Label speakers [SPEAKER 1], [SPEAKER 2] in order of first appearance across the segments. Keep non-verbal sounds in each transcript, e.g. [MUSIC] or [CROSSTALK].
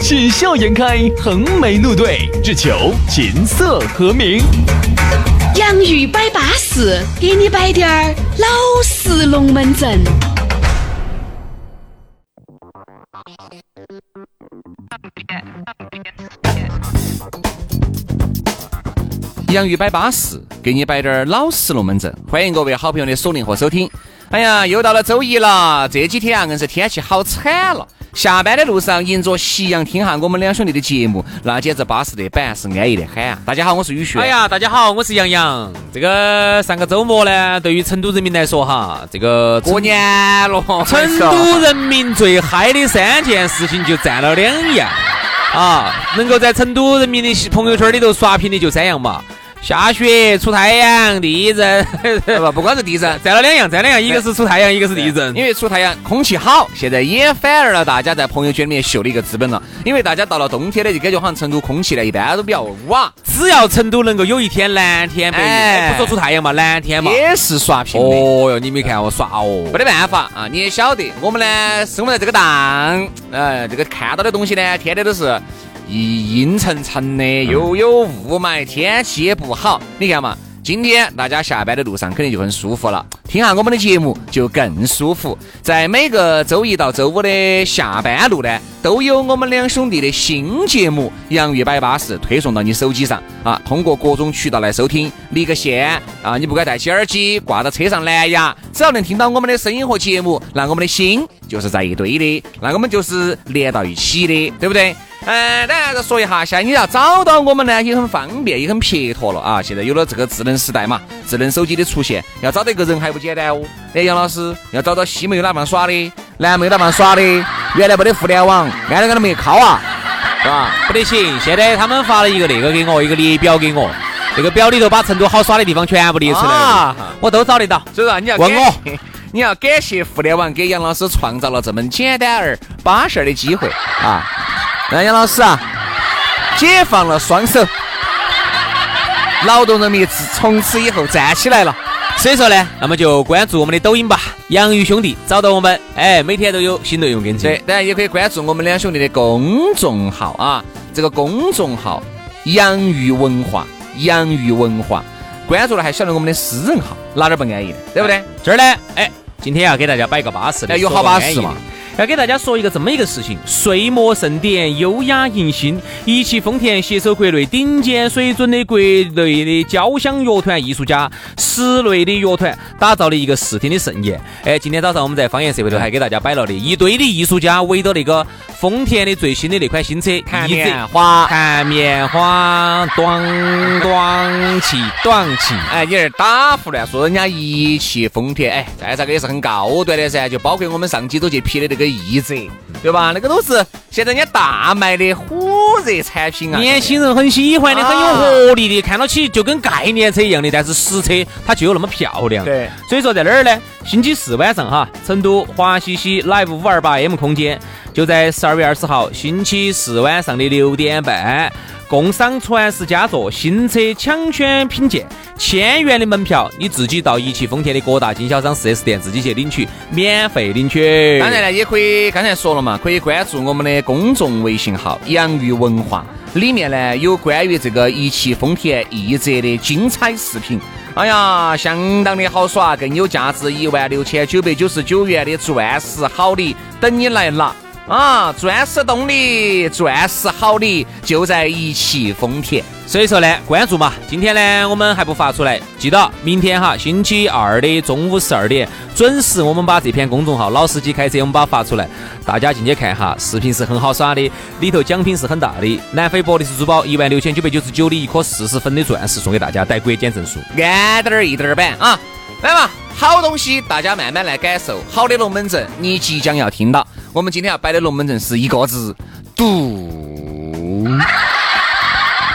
[SPEAKER 1] 喜笑颜开，横眉怒对，只求琴瑟和鸣。
[SPEAKER 2] 洋芋摆巴士，给你摆点儿老式龙门阵。
[SPEAKER 3] 洋芋摆巴适，给你摆点儿老实龙门阵。欢迎各位好朋友的锁定和收听。哎呀，又到了周一了，这几天啊，硬是天气好惨了。下班的路上，迎着夕阳，听下我们两兄弟的节目，那简直巴适得板，是安逸得很啊！大家好，我是宇轩。
[SPEAKER 4] 哎，呀，大家好，我是杨洋。这个上个周末呢，对于成都人民来说哈，这个
[SPEAKER 3] 过年了，
[SPEAKER 4] 成都
[SPEAKER 3] [LAUGHS]
[SPEAKER 4] 人民最嗨的三件事情就占了两样啊！能够在成都人民的朋友圈里头刷屏的就三样嘛：下雪、出太阳、地震， [LAUGHS]
[SPEAKER 3] 哎不不光是地震，
[SPEAKER 4] 占了两样，占了两样，一个是出太阳，一个是地震
[SPEAKER 3] 因。为出太阳，空气好，现在也反而了大家在朋友圈里面秀的一个资本了。因为大家到了冬天呢，就感觉好像成都空气呢一般都比较哇，
[SPEAKER 4] 只要成都能够有一天蓝天白云，
[SPEAKER 3] 哎
[SPEAKER 4] 哎不说出太阳嘛，蓝天嘛。
[SPEAKER 3] 也是刷屏的。
[SPEAKER 4] 哦哟，你没看我耍哦，
[SPEAKER 3] 没得办法啊，你也晓得，我们呢生活在这个档，呃，这个看到的东西呢，天天都是一阴沉沉的，又有雾霾，天气也不好。你看嘛，今天大家下班的路上肯定就很舒服了，听下我们的节目就更舒服。在每个周一到周五的下班路呢，都有我们两兄弟的新节目《洋芋摆巴士》推送到你手机上啊，通过各种渠道来收听，离个线啊，你不该戴起耳机，挂到车上蓝牙，只要能听到我们的声音和节目，那我们的心就是在一堆的，那我们就是连到一起的，对不对？嗯，当然再说一下，现在你要找到我们呢，也很方便，也很撇脱了啊！现在有了这个智能时代嘛，智能手机的出现，要找到一个人还不简单哦。哎，杨老师，要找到西妹有哪方耍的，南妹有哪方耍的，原来没得互联网，安了个都没考啊，是吧？
[SPEAKER 4] 不得行，现在他们发了一个那个给我，一个列表给我，这个表里头把成都好耍的地方全部列出来了，
[SPEAKER 3] 啊
[SPEAKER 4] 我都找得到。
[SPEAKER 3] 所以说啊你要
[SPEAKER 4] 问
[SPEAKER 3] 感，你要感谢互联网给杨老师创造了这么简单而巴适儿的机会啊！让杨老师啊，解放了双手，劳动人民自从此以后站起来了。
[SPEAKER 4] 所以说呢，那么就关注我们的抖音吧，洋芋兄弟，找到我们，哎，每天都有新内容给你
[SPEAKER 3] 对
[SPEAKER 4] 听。，
[SPEAKER 3] 当然也可以关注我们两兄弟的公众号啊，这个公众号“洋芋文化”，洋芋文化，关注了还晓得我们的私人号，哪点不安逸的，对不对？
[SPEAKER 4] 这儿呢，哎，今天要给大家摆个巴适的，
[SPEAKER 3] 哎有
[SPEAKER 4] 说个
[SPEAKER 3] 好巴适
[SPEAKER 4] 安逸的
[SPEAKER 3] 嘛。
[SPEAKER 4] 要给大家说一个这么一个事情：岁末盛典，优雅迎新，一汽丰田携手国内顶尖水准的国内的交响乐团艺术家、室内的乐团，打造了一个视听的盛宴。哎，今天早上我们在方言社会头还给大家摆了的一堆的艺术家围着那个丰田的最新的那款新车，
[SPEAKER 3] 看
[SPEAKER 4] 一直
[SPEAKER 3] 棉花
[SPEAKER 4] 看棉花，咣咣起，咣起。
[SPEAKER 3] 哎，你这儿打胡乱说人家一汽丰田，哎，再咋个也是很高端的噻，就包括我们上几周去批的那个奕泽，对吧？那个都是现在人家大卖的火热产品啊。
[SPEAKER 4] 年轻人很喜欢的，
[SPEAKER 3] 啊
[SPEAKER 4] 很有活力的，看到起就跟概念车一样的，但是实车它就有那么漂亮。
[SPEAKER 3] 对，
[SPEAKER 4] 所以说在哪儿呢？星期四晚上哈，成都华西西 Live 五二八 M 空间，就在十二月二十号星期四晚上的六点半。工商船是佳作，新车抢先品鉴，千元的门票，你自己到一汽丰田的各大经销商 4S 店自己去领取，免费领取。
[SPEAKER 3] 当然，了，也可以，刚才说了嘛，可以关注我们的公众微信号“洋芋文化”，里面呢有关于这个一汽丰田奕泽的精彩视频。哎呀，相当的好耍，更有价值一万六千九百九十九元的钻石好礼等你来拿啊！钻石冻礼，钻石好礼就在一汽丰田。
[SPEAKER 4] 所以说呢，关注嘛。今天呢，我们还不发出来，记得明天哈，星期二的中午十二点准时，我们把这篇公众号“老司机开车”我们把它发出来，大家进去看哈，视频是很好耍的，里头奖品是很大的。南非伯利斯珠宝一万六千九百九十九的一颗四十分的钻石送给大家，带国检证书。
[SPEAKER 3] 安点儿一点儿板啊！来嘛，好东西大家慢慢来感受，好的龙门阵你即将要听到。我们今天要摆的龙门阵是一个字：毒。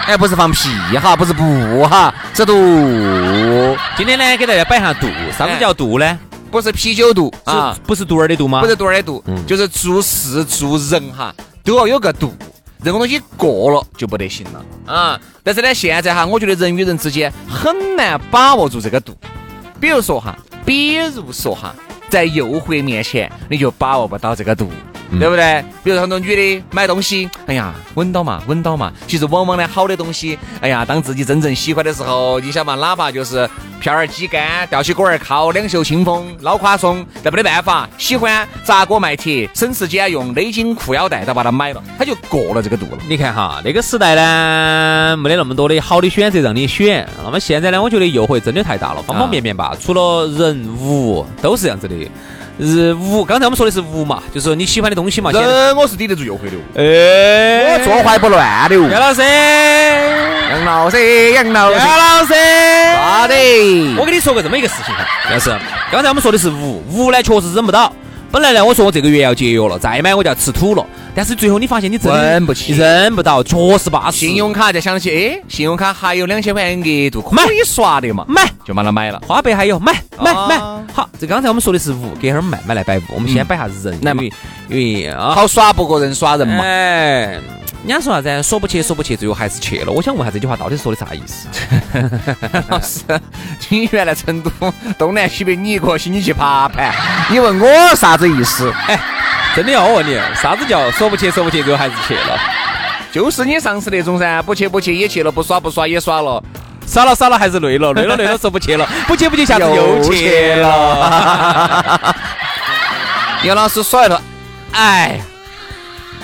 [SPEAKER 3] 哎，不是放屁哈，不是 [LAUGHS] 不哈，这度
[SPEAKER 4] 啊今天呢，给大家摆一下度，啥子叫度呢？
[SPEAKER 3] 不是啤酒肚啊
[SPEAKER 4] 是，不是肚儿的肚吗？嗯
[SPEAKER 3] 不是度儿的度，就是做事做人哈，都要有个度。这个东西过了就不得行了啊、但是呢，现在哈，我觉得人与人之间很难把握住这个度。比如说哈，比如说哈，在诱惑面前，你就把握不到这个度，对不对？比如说很多女的买东西，哎呀，稳到嘛，稳到嘛。其实往往呢，好的东西，哎呀，当自己真正喜欢的时候，你想嘛，哪怕就是片儿鸡肝、吊起锅儿烤、两袖清风、脑瓜松，那没得办法，喜欢砸锅卖铁，省吃俭用，勒紧裤腰带都把它买了，他就过了这个度了。
[SPEAKER 4] 你看哈，那个时代呢，没得那么多的好的选择让你选。那么现在呢，我觉得诱惑真的太大了，方方面面吧，
[SPEAKER 3] 啊
[SPEAKER 4] 除了人物都是这样子的。日物，刚才我们说的是物嘛，就是说你喜欢的东西嘛。现在
[SPEAKER 3] 人我是抵得住诱惑的哦，
[SPEAKER 4] 哎
[SPEAKER 3] 我坐怀不乱的
[SPEAKER 4] 杨
[SPEAKER 3] 哦。
[SPEAKER 4] 老师，杨
[SPEAKER 3] 杨老师，哎杨老师，啊
[SPEAKER 4] 老师，
[SPEAKER 3] 咋的？
[SPEAKER 4] 我跟你说过这么一个事情哈，嗯但是刚才我们说的是无，无呢确实忍不到。本来呢，我说我这个月要节约了，再买我就要吃土了。但是最后你发现你真的
[SPEAKER 3] 忍不起
[SPEAKER 4] 忍不到，确实巴适。
[SPEAKER 3] 信用卡再想起，哎，信用卡还有两千块钱额度可
[SPEAKER 4] 买
[SPEAKER 3] 以刷的嘛，
[SPEAKER 4] 买
[SPEAKER 3] 就把它买了。
[SPEAKER 4] 花呗还有买买
[SPEAKER 3] 啊
[SPEAKER 4] 买。好，这刚才我们说的是无，隔会儿慢慢来摆物。我们先
[SPEAKER 3] 嗯
[SPEAKER 4] 摆下人，
[SPEAKER 3] 来
[SPEAKER 4] 因
[SPEAKER 3] 嘛
[SPEAKER 4] 为因为啊，
[SPEAKER 3] 好耍哦不过人耍人嘛，
[SPEAKER 4] 哎，人家说啥子啊？说不去，说不去，最后还是去了。我想问下这句话到底说的啥意思？
[SPEAKER 3] [LAUGHS] 老师，你原来成都东南西北你一个星期去爬盘，你问我啥子意思？
[SPEAKER 4] 真的要我问你，啥子叫说不去，说不去，最后还是去了？
[SPEAKER 3] 就是你上次那种噻，不去不去也去了，不耍不耍也耍了，
[SPEAKER 4] 耍了耍了还是累了，累了累了说不去了，不去不去，下次又去了。
[SPEAKER 3] 了。杨老师甩了，哎，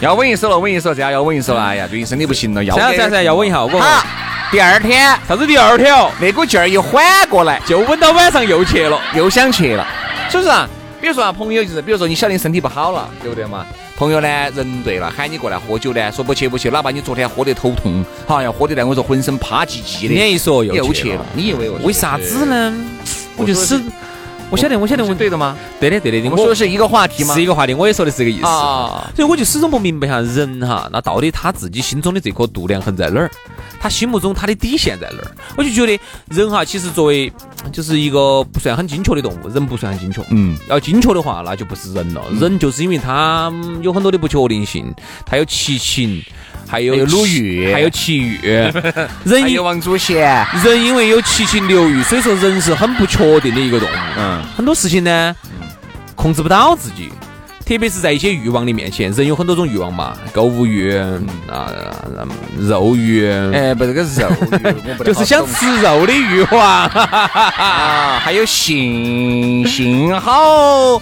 [SPEAKER 3] 要稳一手了，稳一手，这样要稳一手了。哎呀，最近身体不行了，要
[SPEAKER 4] 噻噻噻，要稳一下，我问
[SPEAKER 3] 好，第二天
[SPEAKER 4] 啥子第二条？
[SPEAKER 3] 那股劲儿一缓过来，
[SPEAKER 4] 就稳到晚上又去了。
[SPEAKER 3] 又想去了，是不是啊？比如说啊，朋友就是，比如说你晓得你身体不好了，对不对嘛？朋友呢，人对了，喊你过来喝酒呢，说不去不去，哪怕你昨天喝得头痛，好要喝得呢，我说浑身啪唧唧
[SPEAKER 4] 今
[SPEAKER 3] 的，
[SPEAKER 4] 天一说
[SPEAKER 3] 又
[SPEAKER 4] 又
[SPEAKER 3] 去
[SPEAKER 4] 去
[SPEAKER 3] 了
[SPEAKER 4] 了，，
[SPEAKER 3] 你以为我
[SPEAKER 4] 为啥子？呢？我
[SPEAKER 3] 我
[SPEAKER 4] 就
[SPEAKER 3] 说
[SPEAKER 4] 是
[SPEAKER 3] 是，
[SPEAKER 4] 我晓得，我晓得，我
[SPEAKER 3] 对的吗？
[SPEAKER 4] 对的对的，
[SPEAKER 3] 我说的是一个话题吗？
[SPEAKER 4] 是一个话题，我也说的是这个意思。
[SPEAKER 3] 啊，
[SPEAKER 4] 所以我就始终不明白哈，人哈，那到底他自己心中的这颗度量衡在哪儿？他心目中他的底线在哪儿？我就觉得人哈，其实作为就是一个不算很精确的动物，人不算很精确，
[SPEAKER 3] 嗯，
[SPEAKER 4] 要精确的话，那就不是人了。人就是因为他嗯有很多的不确定性，他有七情，还有
[SPEAKER 3] 还有
[SPEAKER 4] 七
[SPEAKER 3] 鲁豫
[SPEAKER 4] 还有奇遇。
[SPEAKER 3] [LAUGHS]
[SPEAKER 4] 人
[SPEAKER 3] 还
[SPEAKER 4] 因
[SPEAKER 3] 有啊王祖贤，
[SPEAKER 4] 人因为有七情六欲，所以说人是很不确定的一个动物。
[SPEAKER 3] 嗯，
[SPEAKER 4] 很多事情呢，控制不到自己。特别是在一些欲望的面前，人有很多种欲望嘛，购物欲啊，嗯肉欲，
[SPEAKER 3] 哎，不，这个肉欲我不太好
[SPEAKER 4] 就是 [LAUGHS] 想
[SPEAKER 3] 懂
[SPEAKER 4] 吃肉的欲望。
[SPEAKER 3] [LAUGHS] 啊，还有性，性好，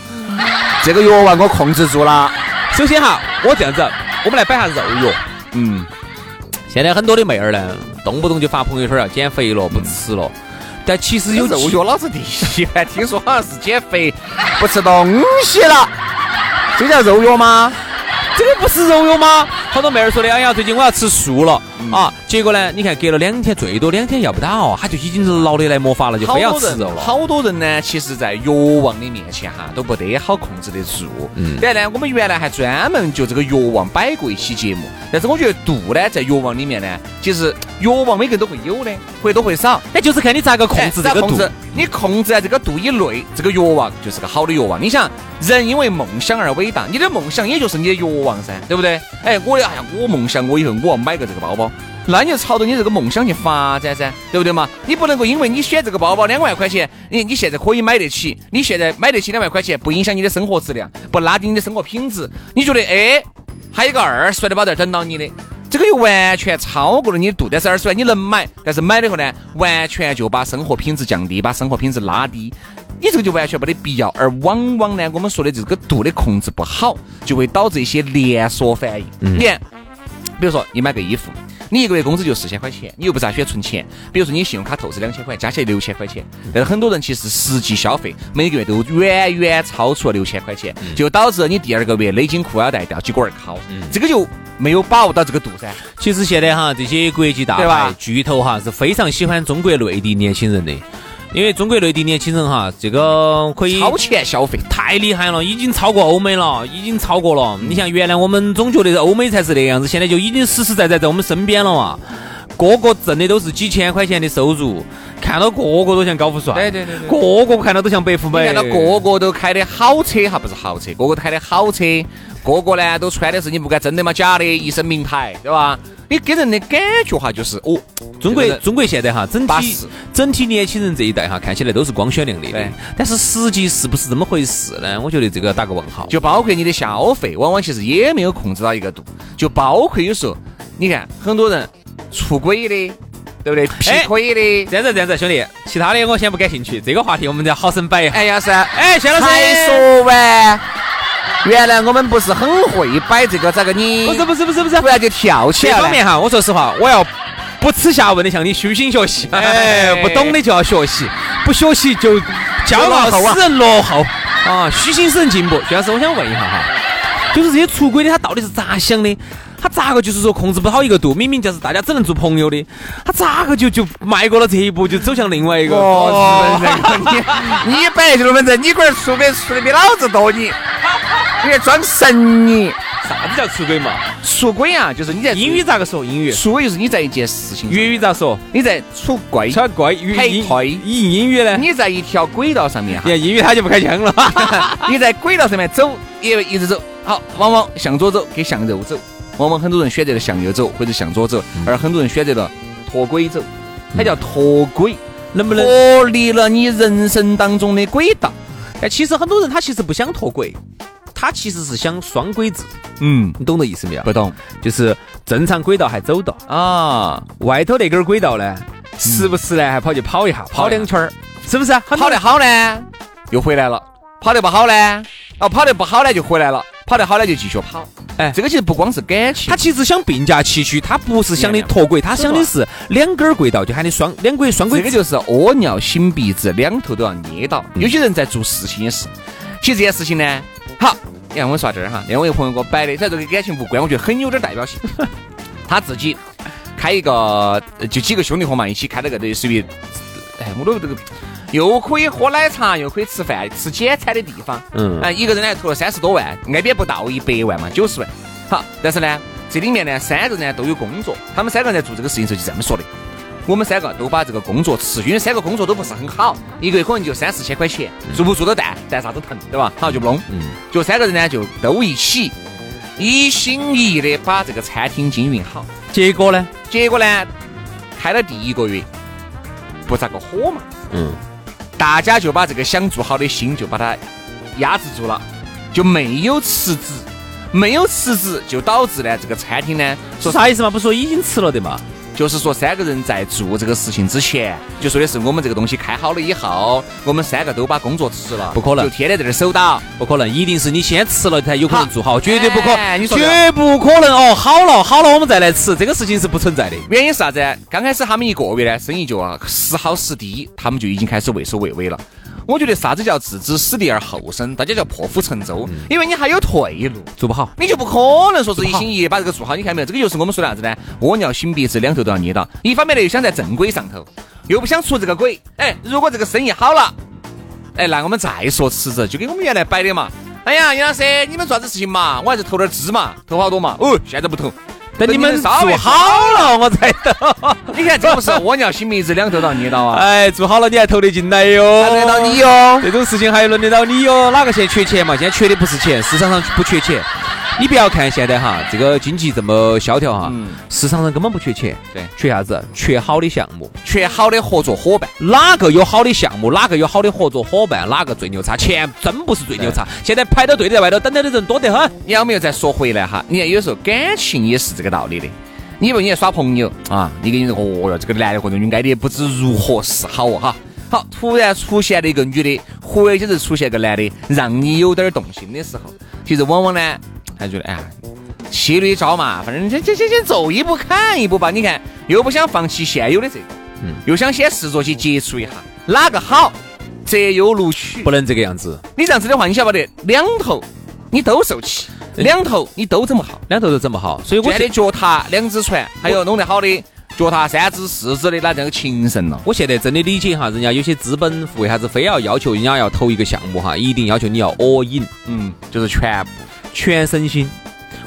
[SPEAKER 3] 这个药丸我控制住了，
[SPEAKER 4] 首先哈，我这样子，我们来摆下肉欲。
[SPEAKER 3] 嗯，
[SPEAKER 4] 现在很多的妹儿呢，动不动就发朋友圈儿要啊减肥了，不吃了。但其实有
[SPEAKER 3] 有肉
[SPEAKER 4] 其
[SPEAKER 3] 药，老子第一盘听说好像是减肥，不吃东西了，这叫肉药吗？
[SPEAKER 4] 这个不是肉欲吗？好多妹儿说的，哎呀，最近我要吃素了、
[SPEAKER 3] 嗯
[SPEAKER 4] 啊。结果呢，你看隔了两天，最多两天要不到，她就已经老的来没法了，就
[SPEAKER 3] 好
[SPEAKER 4] 非要
[SPEAKER 3] 多
[SPEAKER 4] 吃
[SPEAKER 3] 人
[SPEAKER 4] 肉了。
[SPEAKER 3] 好多人呢，其实在药王的面前哈，都不得好控制得住。嗯，但呢，我们原来还专门就这个药王摆过一期节目。但是我觉得度呢，在药王里面呢，其实药王每个人都会有的，或多或少。
[SPEAKER 4] 那就是看你咋个控
[SPEAKER 3] 哎
[SPEAKER 4] 制
[SPEAKER 3] 只
[SPEAKER 4] 这
[SPEAKER 3] 要
[SPEAKER 4] 个
[SPEAKER 3] 控
[SPEAKER 4] 度。
[SPEAKER 3] 制，你控制在这个度以内，这个药王就是个好的药王。你想，人因为梦想而伟大，你的梦想也就是你的药王噻，对不对？哎，我的哎呀，我梦想，我以后我要买个这个包包，那你就朝着你这个梦想去发展噻，对不对嘛？你不能够因为你选这个包包两万块钱，你你现在可以买得起，你现在买得起两万块钱，不影响你的生活质量，不拉低你的生活品质，你觉得哎，还有个二十万的包在等到你的。这个又完全超过了你的度，但是二十万你能买，但是买了以后呢，完全就把生活品质降低，把生活品质拉低，你这个就完全没得必要。而往往呢，我们说的这个度的控制不好，就会导致一些连锁反应。你看，比如说你买个衣服，你一个月工资就四千块钱，你又不咋喜欢存钱，比如说你信用卡透支两千块，加起来六千块钱，但是很多人其实实际消费每个月都远远超出了六千块钱，就导致你第二个月勒紧裤腰带吊起裤儿考，这个就没有把握到这个度噻。
[SPEAKER 4] 其实现在哈，这些国际大
[SPEAKER 3] 对吧
[SPEAKER 4] 牌巨头哈是非常喜欢中国内地年轻人的，因为中国内地年轻人哈，这个可以
[SPEAKER 3] 超前消费，
[SPEAKER 4] 太厉害了，已经超过欧美了，已经超过
[SPEAKER 3] 嗯
[SPEAKER 4] 了。你像原来我们总觉得欧美才是那个样子，现在就已经实实在在在我们身边了嘛。个个挣的都是几千块钱的收入，看到个个都像高富帅，
[SPEAKER 3] 对对对对
[SPEAKER 4] 个个看到都像白富美，
[SPEAKER 3] 你看到个个都开的好车哈，不是豪车，个个都开的好车，个个呢都穿的是你不该真的嘛假的，一身名牌，对吧？你给人的感觉哈，就是哦，
[SPEAKER 4] 中
[SPEAKER 3] 这
[SPEAKER 4] 国
[SPEAKER 3] 个人
[SPEAKER 4] 中国现在哈，整
[SPEAKER 3] 巴
[SPEAKER 4] 体
[SPEAKER 3] 适
[SPEAKER 4] 整体年轻人这一代哈，看起来都是光鲜亮丽的
[SPEAKER 3] 对，
[SPEAKER 4] 但是实际是不是这么回事呢？我觉得这个要打个问号。
[SPEAKER 3] 就包括你的消费，往往其实也没有控制到一个度，就包括有时候，你看很多人出轨的，对不对？劈
[SPEAKER 4] 哎
[SPEAKER 3] 腿的，
[SPEAKER 4] 这样子，这样子，兄弟，其他的我先不感兴趣，这个话题我们再好生摆一下。
[SPEAKER 3] 哎呀是，哎，
[SPEAKER 4] 哎，薛老师，
[SPEAKER 3] 才说完，原来我们不是很会摆这个，咋个你
[SPEAKER 4] 哦不是不是不是不是
[SPEAKER 3] 突，然就跳起
[SPEAKER 4] 这
[SPEAKER 3] 来
[SPEAKER 4] 方
[SPEAKER 3] 了？
[SPEAKER 4] 面哈，我说实话，我要不耻下问的向你虚心学习，
[SPEAKER 3] 哎
[SPEAKER 4] 哎， [LAUGHS] 不懂的就要学习，不学习就骄傲使人落后啊！虚心使人进步。薛老师，我想问一下哈，就是这些出轨的，他到底是咋想的？他咋个就是说控制不好一个度？明明就是大家只能做朋友的，他咋个就就迈过了这一步，就走向另外一个？
[SPEAKER 3] 哦，日本人，你你摆这种文章，你龟儿出没出的比老子多你，你还装神你？
[SPEAKER 4] 啥子叫出轨嘛？
[SPEAKER 3] 出轨啊，就是你在
[SPEAKER 4] 英语，咋个说？英语？
[SPEAKER 3] 出轨就是你在一件事情，
[SPEAKER 4] 粤语咋说？
[SPEAKER 3] 你在出轨，
[SPEAKER 4] 小怪语
[SPEAKER 3] 配
[SPEAKER 4] 英
[SPEAKER 3] 腿
[SPEAKER 4] 英英语呢？你
[SPEAKER 3] [LAUGHS] 你在一条轨道
[SPEAKER 4] [LAUGHS]
[SPEAKER 3] 上面哈，
[SPEAKER 4] 看英语他就不开枪了。
[SPEAKER 3] 你在轨道上面走，也一直走，好，往往向左走跟向右走，往往很多人选择了向右走或者向左走，
[SPEAKER 4] 嗯
[SPEAKER 3] 而很多人选择了脱轨走，它叫脱轨，
[SPEAKER 4] 能嗯不能？
[SPEAKER 3] 脱离了你人生当中的轨道。
[SPEAKER 4] 但哎其实很多人他其实不想脱轨，他其实是想双轨制，
[SPEAKER 3] 嗯，
[SPEAKER 4] 你懂得意思没有？
[SPEAKER 3] 不懂
[SPEAKER 4] 就是正常轨道还走到，
[SPEAKER 3] 啊，
[SPEAKER 4] 外头那根儿轨道呢，时不时呢还跑去跑一下，跑两圈儿，是不是？啊
[SPEAKER 3] 跑得好呢，又回来了；跑得不好呢，哦，跑得不好呢就回来了；跑得好呢就继续跑。
[SPEAKER 4] 哎
[SPEAKER 3] 这个其实不光是感情
[SPEAKER 4] 他，其实想并驾齐驱，他不是想的脱轨，他想的是两根儿轨道就喊你双两轨双轨
[SPEAKER 3] 这
[SPEAKER 4] 制
[SPEAKER 3] 个。就是屙尿擤鼻子，两头都要捏到。
[SPEAKER 4] 嗯
[SPEAKER 3] 有些人在做事情也是，其实这件事情呢，好，你看我说到这儿哈，你看我有朋友给我摆的，虽然这个跟感情无关，我觉得很有点代
[SPEAKER 4] [LAUGHS]
[SPEAKER 3] 表性。他自己开一个，呃就几个兄弟伙嘛，一起开了个类似于，哎，我都这个。又可以喝奶茶，又可以吃饭，吃简餐的地方。
[SPEAKER 4] 嗯
[SPEAKER 3] 啊，一个人呢投了三十多万，挨边不到一百万嘛，九十万。好，但是呢，这里面呢，三个人呢都有工作，他们三个人在做这个事情时候就这么说的：我们三个都把这个工作持续，因为三个工作都不是很好，一个月可能就三四千块钱，做不做得蛋，蛋啥都疼，对吧？好，就不弄。
[SPEAKER 4] 嗯
[SPEAKER 3] 就三个人呢，就都一起一心一意的把这个餐厅经营好。
[SPEAKER 4] 结果呢？
[SPEAKER 3] 结果呢，开了第一个月不咋个火嘛，
[SPEAKER 4] 嗯，
[SPEAKER 3] 大家就把这个想做好的心就把它压制住了，就没有辞职，没有辞职就导致呢这个餐厅呢，
[SPEAKER 4] 说
[SPEAKER 3] 说
[SPEAKER 4] 啥意思嘛？不是说已经吃了的嘛？
[SPEAKER 3] 就是说三个人在做这个事情之前，就说的是我们这个东西开好了以后，我们三个都把工作辞了，
[SPEAKER 4] 不可能
[SPEAKER 3] 就天天在这儿守到。
[SPEAKER 4] 不可能，一定是你先吃了才有可能做好，绝对不可，
[SPEAKER 3] 哎你说的
[SPEAKER 4] 绝不可能哦。好了好了，我们再来吃，这个事情是不存在的。
[SPEAKER 3] 原因是啥子？刚开始他们一个月呢，生意就啊时好时低，他们就已经开始畏首畏尾了。我觉得啥子叫置之死地而后生，大家叫破釜沉舟，因为你还有退路。
[SPEAKER 4] 嗯做不好。
[SPEAKER 3] 你就不可能说是一心一意把这个做好，你看没有？这个就是我们说的啥子呢？蜗尿擤鼻子，两头都要捏到。一方面呢，又想在正轨上头，又不想出这个轨。哎，如果这个生意好了，哎，那我们再说辞职，就跟我们原来摆的嘛。哎呀，杨老师，你们做啥子事情嘛？我还是投点资嘛，投好多嘛。哦，现在不投，
[SPEAKER 4] 等你们做
[SPEAKER 3] 稍微
[SPEAKER 4] 好了， [LAUGHS] 我才等。
[SPEAKER 3] 你看，这不是蜗尿擤鼻子，两头都要捏到 [LAUGHS] 啊，
[SPEAKER 4] 哎，做好了你还投得进来哟，
[SPEAKER 3] 还轮到你。哟。
[SPEAKER 4] 这种事情还轮得到你哟？哪个现在缺钱嘛？现在缺的不是钱，市场上不缺钱。你不要看现在哈，这个经济这么萧条哈，
[SPEAKER 3] 嗯
[SPEAKER 4] 市场上根本不缺钱，
[SPEAKER 3] 对
[SPEAKER 4] 缺啥子？缺好的项目。
[SPEAKER 3] 缺好的合作伙伴，
[SPEAKER 4] 哪个有好的项目，哪个有好的合作伙伴，哪个最牛叉？钱真不是最牛叉，现在排到队的在外头等待的人多得很。
[SPEAKER 3] 你要没有再说回来哈？你看，有时候感情也是这个道理的。你不，你在耍朋友啊，你跟你说，哦哟，这个男的或者女的挨的也不知如何是好哦哈。好，突然出现了一个女的，或者是出现一个男的，让你有点儿动心的时候，其实往往呢，还觉得哎呀，骑驴找马，反正这这这这走一步看一步吧。你看，又不想放弃现有的这个，
[SPEAKER 4] 嗯
[SPEAKER 3] 又想先试着去接触一下哪个好，择优录取
[SPEAKER 4] 不。能这个样子，
[SPEAKER 3] 你这样子的话，你晓不得两头你都受气，两头你都整不好。
[SPEAKER 4] 两头都整不好，所以嗯我
[SPEAKER 3] 我
[SPEAKER 4] 觉
[SPEAKER 3] 的
[SPEAKER 4] 得
[SPEAKER 3] 脚踏两只船，还有弄得好的脚踏三只四只的，那叫情圣了。
[SPEAKER 4] 我现在真的理解哈，人家有些资本户为啥子非要要求人家要投一个项目哈，一定要求你要 all in，
[SPEAKER 3] 嗯，就是全部。
[SPEAKER 4] 全身心。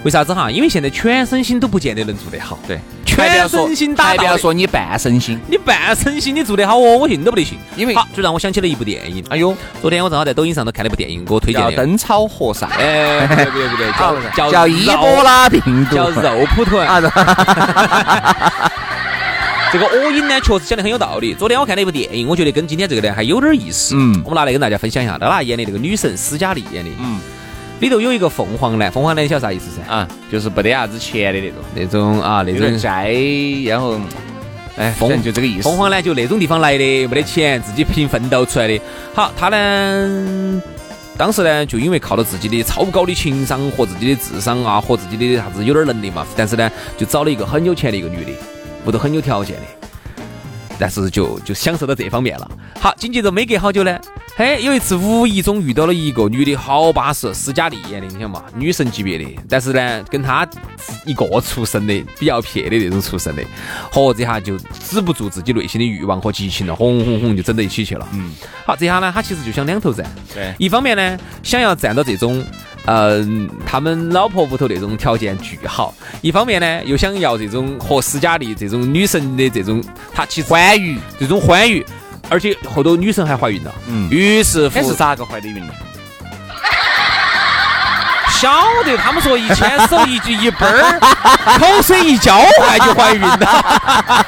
[SPEAKER 4] 为啥子哈？因为现在全身心都不见得能做得好，
[SPEAKER 3] 对，还不要
[SPEAKER 4] 全
[SPEAKER 3] 说
[SPEAKER 4] 身心，打
[SPEAKER 3] 还不
[SPEAKER 4] 到
[SPEAKER 3] 要
[SPEAKER 4] 的。
[SPEAKER 3] 说你半身心，
[SPEAKER 4] 你半身心，你做得好哦，我信都不得信。
[SPEAKER 3] 因为
[SPEAKER 4] 好，就让我想起了一部电影。
[SPEAKER 3] 哎呦，
[SPEAKER 4] 昨天我正好在抖音上头看了一部电影，给我推荐
[SPEAKER 3] 叫
[SPEAKER 4] 的，
[SPEAKER 3] 灯草和尚， [LAUGHS]
[SPEAKER 4] 哎，不对不对不对，叫叫
[SPEAKER 3] 叫伊波拉病
[SPEAKER 4] [LAUGHS]
[SPEAKER 3] 毒，
[SPEAKER 4] 叫肉蒲团
[SPEAKER 3] 啊，
[SPEAKER 4] [LAUGHS] 这个恶音呢，确实讲得很有道理。昨天我看了一部电影，我觉得跟今天这个呢还有点意思。
[SPEAKER 3] 嗯
[SPEAKER 4] 我们拿来跟大家分享一下，娜娜演的这个女神斯嘉丽演的，
[SPEAKER 3] 嗯，
[SPEAKER 4] 里头有一个凤凰男，凤凰男你晓得啥意思噻？
[SPEAKER 3] 啊，就是没得啥子钱的那种，
[SPEAKER 4] 那种啊，那
[SPEAKER 3] 有点
[SPEAKER 4] 种
[SPEAKER 3] 晒，然后，哎，
[SPEAKER 4] 疯
[SPEAKER 3] 反正就这个意思。
[SPEAKER 4] 凤凰呢，就那种地方来的，没得钱，自己凭奋斗出来的。好，他呢，当时呢，就因为靠了自己的超高的情商和自己的智商啊，和自己的啥子有点能力嘛，但是呢，就找了一个很有钱的一个女的，屋头很有条件的，但是就就享受到这方面了。好，紧接着没隔好久呢，嘿，有一次无意中遇到了一个女的，好巴适，斯嘉丽演的，你想嘛，女神级别的，但是呢，跟她一个出身的，比较撇的那种出身的，嚯，这下就止不住自己内心的欲望和激情了，轰轰轰就整到一起去了。嗯，好，这下呢，他其实就想两头站，
[SPEAKER 3] 对
[SPEAKER 4] 一方面呢，想要站到这种。嗯、他们老婆屋头那种条件巨好，一方面呢又想要这种和斯嘉丽这种女神的这种，她其实欢愉这种欢愉，而且后头女神还怀孕了，
[SPEAKER 3] 嗯
[SPEAKER 4] 于是
[SPEAKER 3] 哎
[SPEAKER 4] 乎
[SPEAKER 3] 是咋个怀的孕呢？
[SPEAKER 4] 晓得他们说一牵手一句一奔儿， [LAUGHS] 口水一交换就怀孕了。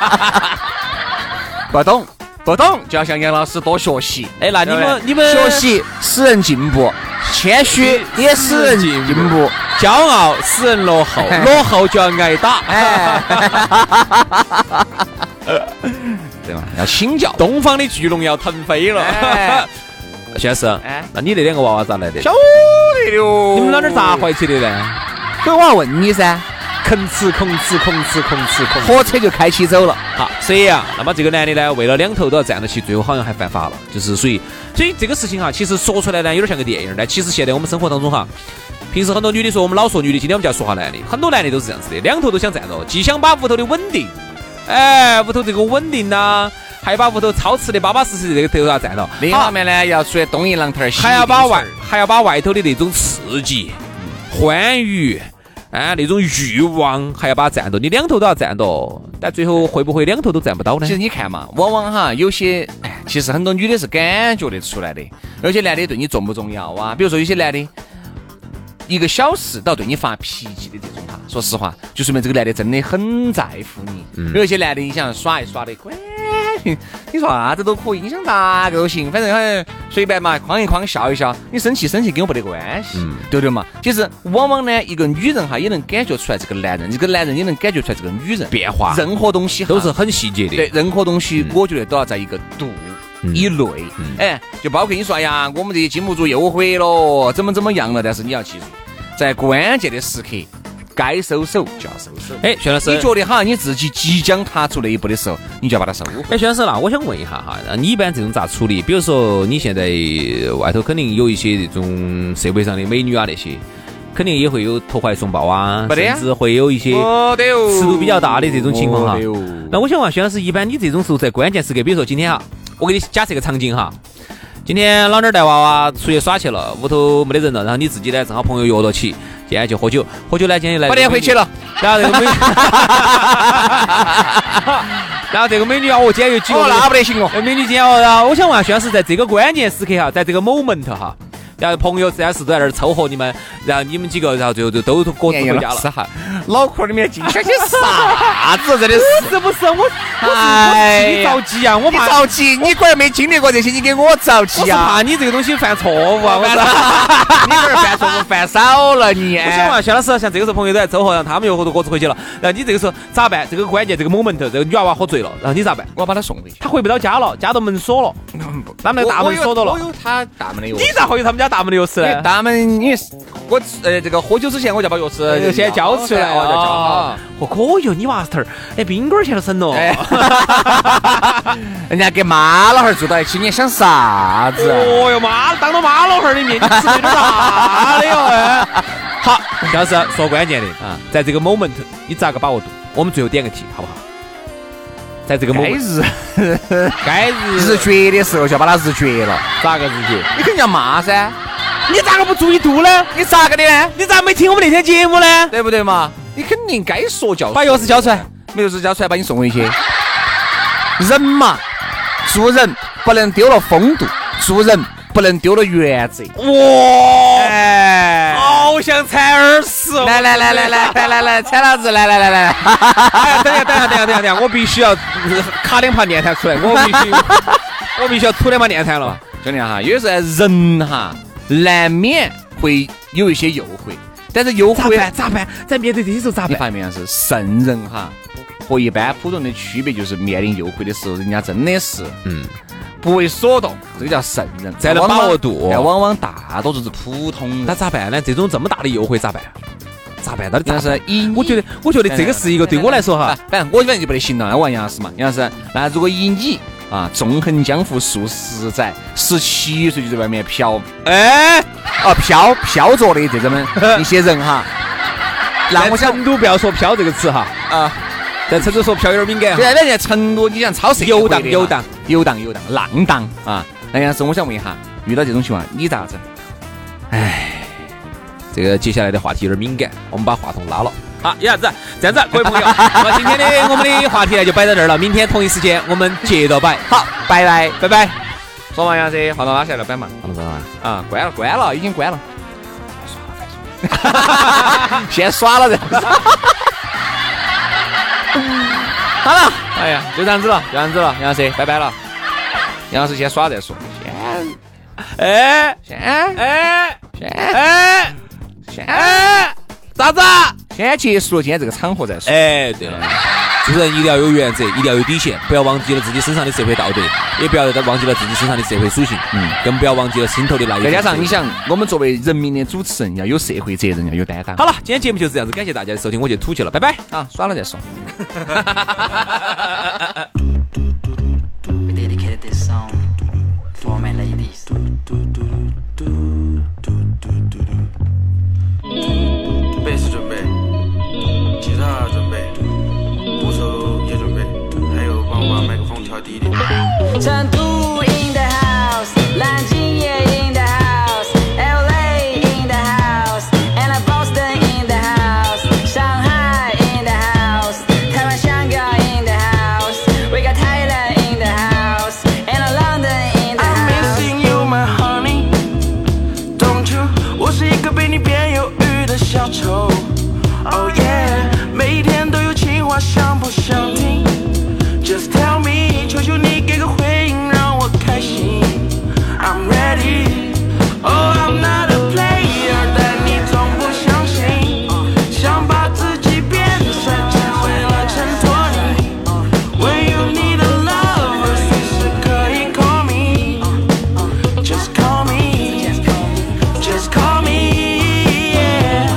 [SPEAKER 3] 不懂，不懂就要向杨老师多学习。
[SPEAKER 4] [LAUGHS] 哎，那你
[SPEAKER 3] 对不
[SPEAKER 4] 们
[SPEAKER 3] 对
[SPEAKER 4] 你们
[SPEAKER 3] 学习使人进步，谦虚也使人进步。
[SPEAKER 4] 骄傲使人落后，落后就要挨打。
[SPEAKER 3] 哎，对嘛，要请教。
[SPEAKER 4] 东方的巨龙要腾飞
[SPEAKER 3] 哎
[SPEAKER 4] [LAUGHS] 了。先生
[SPEAKER 3] 哎，
[SPEAKER 4] 那你那两个娃娃咋来的？
[SPEAKER 3] 得的哟
[SPEAKER 4] 你们老点儿咋？怀起的呢？
[SPEAKER 3] 所以我要问你噻，
[SPEAKER 4] 吭哧吭哧吭哧吭哧吭哧。
[SPEAKER 3] 火车就开起走了。
[SPEAKER 4] 好，所以啊，那么这个男的呢，为了两头都要站得起，最后好像还犯法了，就是属于，所以这个事情哈，啊其实说出来呢，有点像个电影，但其实现在我们生活当中哈，平时很多女的说我们老说女的，今天我们就要说下男的，很多男的都是这样子的，两头都想站着，既想把屋头的稳定，哎，屋头这个稳定呐、还把屋头操持的巴巴适适的这个头要啊站到，
[SPEAKER 3] 另一
[SPEAKER 4] 好
[SPEAKER 3] 方面呢，要出来东一榔头儿西一
[SPEAKER 4] 还要把
[SPEAKER 3] 棒槌儿
[SPEAKER 4] 外还要把外头的那种刺激、欢愉，哎，那种欲望，还要把它占到，你两头都要占到，但最后会不会两头都占不到呢
[SPEAKER 3] 其？实你看嘛，往往哈有些，哎，其实很多女的是感觉得出来的，有些男的对你重不重要啊？比如说有些男的，一个小时都要对你发脾气的这种哈，说实话，就说明这个男的真的很在乎你。
[SPEAKER 4] 嗯
[SPEAKER 3] 有一些男的，你想耍一耍的，管你说啥子都可以，你想咋个都行，反正哎随便嘛，框一框，笑一笑，你生气生气跟我没得关系，
[SPEAKER 4] 嗯
[SPEAKER 3] 对不对嘛？其实往往呢，一个女人哈也能感觉出来这个男人，这个男人也能感觉出来这个女人
[SPEAKER 4] 变化
[SPEAKER 3] 任何东西哈
[SPEAKER 4] 都是很细节的。
[SPEAKER 3] 对，嗯任何东西，我觉得都要在一个度以内。哎，就包括你说，哎呀，我们这些金木族又毁了，怎么怎么样了？但是你要记住，在关键的时刻，该收手就要收手。
[SPEAKER 4] 哎，徐老师
[SPEAKER 3] 你，觉得哈，你自己即将踏出那一步的时候，你就要把它收回。
[SPEAKER 4] 哎，徐老师，那我想问一下哈，那你一般这种咋处理？比如说你现在呃外头肯定有一些这种社会上的美女啊那些，肯定也会有投怀送抱啊，
[SPEAKER 3] 没得呀
[SPEAKER 4] 甚至会有一些。
[SPEAKER 3] 哦，对哦
[SPEAKER 4] 尺度比较大的这种情况哈
[SPEAKER 3] 哦对哦
[SPEAKER 4] 那我想问徐老师，一般你这种时候在关键时刻，比如说今天哈，我给你假设一个场景哈，今天老娘儿带娃娃出去耍去了，屋头没得人了，然后你自己呢正好朋友约到起，今天去喝酒，喝酒呢今天就来
[SPEAKER 3] 八点回去
[SPEAKER 4] 了，
[SPEAKER 3] 了，
[SPEAKER 4] 然后这个美，然后这个美女啊， [LAUGHS] 我今天又几个
[SPEAKER 3] 哦，那不得行哦。
[SPEAKER 4] 哎，美女今天哦，然后我想问下徐老师，在这个关键时刻哈，在这个 moment 哈，然后朋友自然是都在那儿凑合你们，然后你们几个，然后最后就都各自
[SPEAKER 3] 哎
[SPEAKER 4] 回
[SPEAKER 3] 呀
[SPEAKER 4] 家
[SPEAKER 3] 老
[SPEAKER 4] 了
[SPEAKER 3] 师。哈，脑壳里面进想些啥子？真的是，
[SPEAKER 4] 是不是？我我是
[SPEAKER 3] 哎
[SPEAKER 4] 我
[SPEAKER 3] 呀
[SPEAKER 4] 替你着急啊，我
[SPEAKER 3] 你
[SPEAKER 4] 怕
[SPEAKER 3] 着急，你果然没经历过这些，你给我着
[SPEAKER 4] 我
[SPEAKER 3] 急
[SPEAKER 4] 是
[SPEAKER 3] 啊！
[SPEAKER 4] 怕你这个东西犯错误 [LAUGHS] 啊，我是。
[SPEAKER 3] 你这儿犯错误犯少了 [LAUGHS]
[SPEAKER 4] [LAUGHS]
[SPEAKER 3] 你。
[SPEAKER 4] 我想问徐老师，像这个时候朋友都在凑合，让他们又喝多各自回去了，然后你这个时候咋办？这个关键这个 moment，这个女娃娃喝醉了，然后你咋办？
[SPEAKER 3] 我把他嗯送回去。
[SPEAKER 4] 她回不到家了，家头门锁了，他们那大门锁到
[SPEAKER 3] 我
[SPEAKER 4] 了。
[SPEAKER 3] 有他大门的钥
[SPEAKER 4] 你
[SPEAKER 3] 匙。
[SPEAKER 4] 咋会有他们家大门的钥匙呢？
[SPEAKER 3] 大门，你我呃这个喝酒之前我就把钥匙
[SPEAKER 4] 呃先交出来
[SPEAKER 3] 我就交
[SPEAKER 4] 啊
[SPEAKER 3] 好。！
[SPEAKER 4] 哦，可以哦，你娃子头儿，哎，宾馆儿钱都省了。 [LAUGHS]
[SPEAKER 3] 哎，哦 [LAUGHS] 人家跟妈老汉儿住到一起，你还想啥子啊？
[SPEAKER 4] 哦哟妈，当着妈老汉儿的面，你吃的有点大的哟。 [LAUGHS] 哎好，徐老师说关键的啊，在这个 moment 你咋个把握住？我们最后点个题，好不好？在这个 moment
[SPEAKER 3] 日
[SPEAKER 4] 该日
[SPEAKER 3] 日绝的时候就要把他日绝了，
[SPEAKER 4] 咋个日结？
[SPEAKER 3] 你肯定要骂噻，
[SPEAKER 4] 你咋个不注意度呢？
[SPEAKER 3] 你咋个的呢？
[SPEAKER 4] 你咋没听我们那天节目呢？
[SPEAKER 3] 对不对嘛？你肯定该说就
[SPEAKER 4] 把钥匙交出来，
[SPEAKER 3] 没有私家船把你送回去。人嘛，做人不能丢了风度，做人不能丢了原则。
[SPEAKER 4] 哦哇，
[SPEAKER 3] 哎，
[SPEAKER 4] 好想铲耳屎！哦
[SPEAKER 3] 来来来来来来来来，踩老子！来来来来来，
[SPEAKER 4] [LAUGHS] 哎呀，等一下，等一下，等一下，等一下，我必须要 [LAUGHS] 呃卡两盘面痰出来，我必 [LAUGHS] 须，我必须要吐两把面痰了。
[SPEAKER 3] 兄弟哈，有时候人哈难免会有一些诱惑，但是诱惑
[SPEAKER 4] 咋办？在面对这些时候咋
[SPEAKER 3] 你？发现没有？是圣人哈，和一般普通人的区别就是面临诱惑的时候，人家真的是嗯不为所动，这个叫圣人，
[SPEAKER 4] 才能
[SPEAKER 3] 往往
[SPEAKER 4] 把握度
[SPEAKER 3] 但往往大多数是普通人。
[SPEAKER 4] 那咋办呢？这种这么大的诱惑咋办？啊咋办？到底咋
[SPEAKER 3] 但
[SPEAKER 4] 办？
[SPEAKER 3] 是以你
[SPEAKER 4] 我觉得，我觉得这个是一个对我来说哈
[SPEAKER 3] 啊，反正我反正就不得行了。那我问杨老师嘛，杨老师，那如果以你啊纵横江湖数十载，十七岁就在外面飘， [LAUGHS]
[SPEAKER 4] 哎，
[SPEAKER 3] 啊飘飘着的这种的一些
[SPEAKER 4] [LAUGHS]
[SPEAKER 3] 人哈，那
[SPEAKER 4] 那
[SPEAKER 3] 我
[SPEAKER 4] 我
[SPEAKER 3] 想
[SPEAKER 4] 成都不要说“飘”这个词哈，
[SPEAKER 3] 啊，
[SPEAKER 4] 在成都说“飘”有点敏感
[SPEAKER 3] 对。啊，那在成都，你想超市
[SPEAKER 4] 游荡游荡
[SPEAKER 3] 游荡游荡浪荡啊，那杨老师，我想问一下，遇到这种情况你咋整？
[SPEAKER 4] 这个接下来的话题有点敏感，我们把话筒拉了。好，有啥子？这样子，各位朋友，那么今天的我们的话题呢就摆到这儿了。明天同一时间我们接着摆。好，拜拜，拜拜。
[SPEAKER 3] 说嘛杨老师，话筒拉下来摆嘛，
[SPEAKER 4] 好了，拜拜。
[SPEAKER 3] 啊，关了关了，已
[SPEAKER 4] [LAUGHS]
[SPEAKER 3] 经关了，先
[SPEAKER 4] [LAUGHS]
[SPEAKER 3] 耍了再说。好了，哎呀，就这样子了，就这样子了，杨老师，拜拜了。杨老师先耍再说，
[SPEAKER 4] 哎
[SPEAKER 3] 先先
[SPEAKER 4] 哎
[SPEAKER 3] 先
[SPEAKER 4] 哎哎，咋子？
[SPEAKER 3] 先结束今天这个场合再说。
[SPEAKER 4] 哎，对了，做人一定要有原则，一定要有底线，不要忘记了自己身上的社会道德，也不要忘记了自己身上的社会属性，嗯，更不要忘记了心头的那一
[SPEAKER 3] 再
[SPEAKER 4] 份
[SPEAKER 3] 加上
[SPEAKER 4] 责
[SPEAKER 3] 你想，我们作为人民的主持人，要有社会责任，要有担当。
[SPEAKER 4] 好了，今天节目就是这样子，感谢大家的收听，我去吐去了，拜拜。
[SPEAKER 3] 啊，耍了再说。
[SPEAKER 5] We dedicated this song for my ladies.
[SPEAKER 6] bass 准备，吉他准备，鼓手也准备，还有帮我把麦克风调低一点。
[SPEAKER 7] 成都 in the house，南京也 in the house，LA in the house，and Boston in the house，上海 in the house，台湾香港 in the house，we got Thailand in the house，and London in the
[SPEAKER 6] I'm
[SPEAKER 7] house。
[SPEAKER 6] missing you, my honey. Don't you？我是一个被你变忧郁的小丑。Oh yeah，每天都有情话，想不想听？Just tell me，求求你给个回应，让我开心。I'm ready。Oh, I'm not a player，但你总不相信，想把自己变成只为了衬托你。When you need a lover，随时可以 call me。Just call me, just call me, yeah.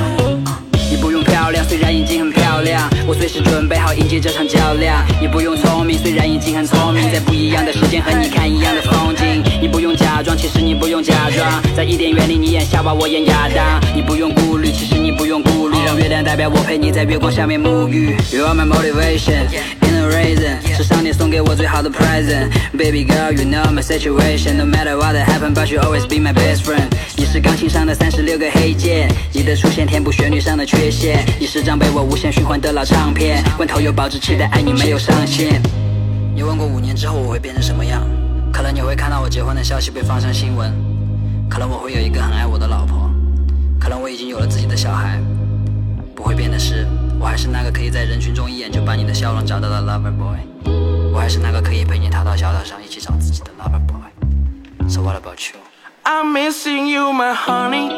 [SPEAKER 5] 你不用漂亮，虽然已经很漂亮，我随时准备好迎接这场较量。你不用聪明，虽然已经很聪明，在不一样的时间和你看一样的风景。你不用假装，其实你不用假装，在伊甸园里你演夏娃，我演亚当。你不用顾虑，其实你不用顾虑，让月亮代表我陪你在月光下面沐浴。You are my motivation, in a reason，是上帝送给我最好的 present。Baby girl, you know my situation, no matter what that happen, but you always be my best friend。你是钢琴上的三十六个黑键，你的出现填补旋律上的缺陷。你是张被我无限循环的老唱片，罐头有保质期的爱你没有上限。你问过五年之后我会变成什么样？可能你会看到我结婚的消息被放上新闻，可能我会有一个很爱我的老婆，可能我已经有了自己的小孩。不会变的是，我还是那个可以在人群中一眼就把你的笑容找到的 lover boy，我还是那个可以陪你踏到小岛上一起找自己的 lover boy。So what about you？
[SPEAKER 6] I'm missing you, my honey.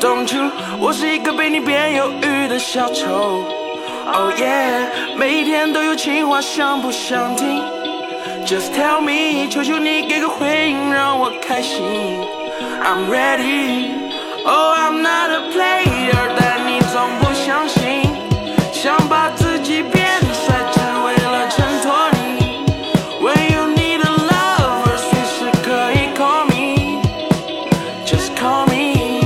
[SPEAKER 6] Don't you？我是一个被你变忧郁的小丑。Oh yeah，每天都有情话，想不想听？Just tell me，求求你给个回应，让我开心。I'm ready。Oh, I'm not a player，但你总不相信，想把自己变帅，只为了衬托你。When you need a lover，随时可以 call me。Just call me.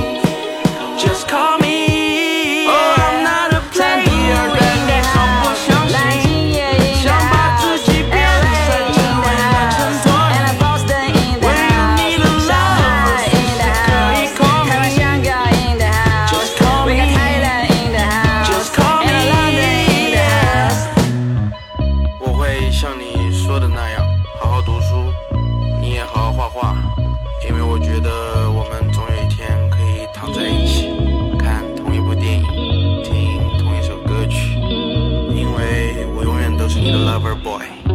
[SPEAKER 6] Just call me. Oh, I'm not a
[SPEAKER 7] 成都 in
[SPEAKER 6] player.
[SPEAKER 7] the
[SPEAKER 6] 但你从不
[SPEAKER 7] house，
[SPEAKER 6] 相
[SPEAKER 7] 南京
[SPEAKER 6] 信。
[SPEAKER 7] 也 in the
[SPEAKER 6] 想把自己变得
[SPEAKER 7] house，LA
[SPEAKER 6] 神
[SPEAKER 7] in
[SPEAKER 6] 经
[SPEAKER 7] the
[SPEAKER 6] 为了衬托
[SPEAKER 7] house，and
[SPEAKER 6] 你
[SPEAKER 7] Boston in the
[SPEAKER 6] When you need a
[SPEAKER 7] house，上海
[SPEAKER 6] lover，随
[SPEAKER 7] in
[SPEAKER 6] 时
[SPEAKER 7] the
[SPEAKER 6] 可以
[SPEAKER 7] house，
[SPEAKER 6] call
[SPEAKER 7] 台湾
[SPEAKER 6] me.
[SPEAKER 7] 香港 in the
[SPEAKER 6] Just call
[SPEAKER 7] house，we got
[SPEAKER 6] me
[SPEAKER 7] Thailand in the house。
[SPEAKER 6] Just
[SPEAKER 7] the lover boy.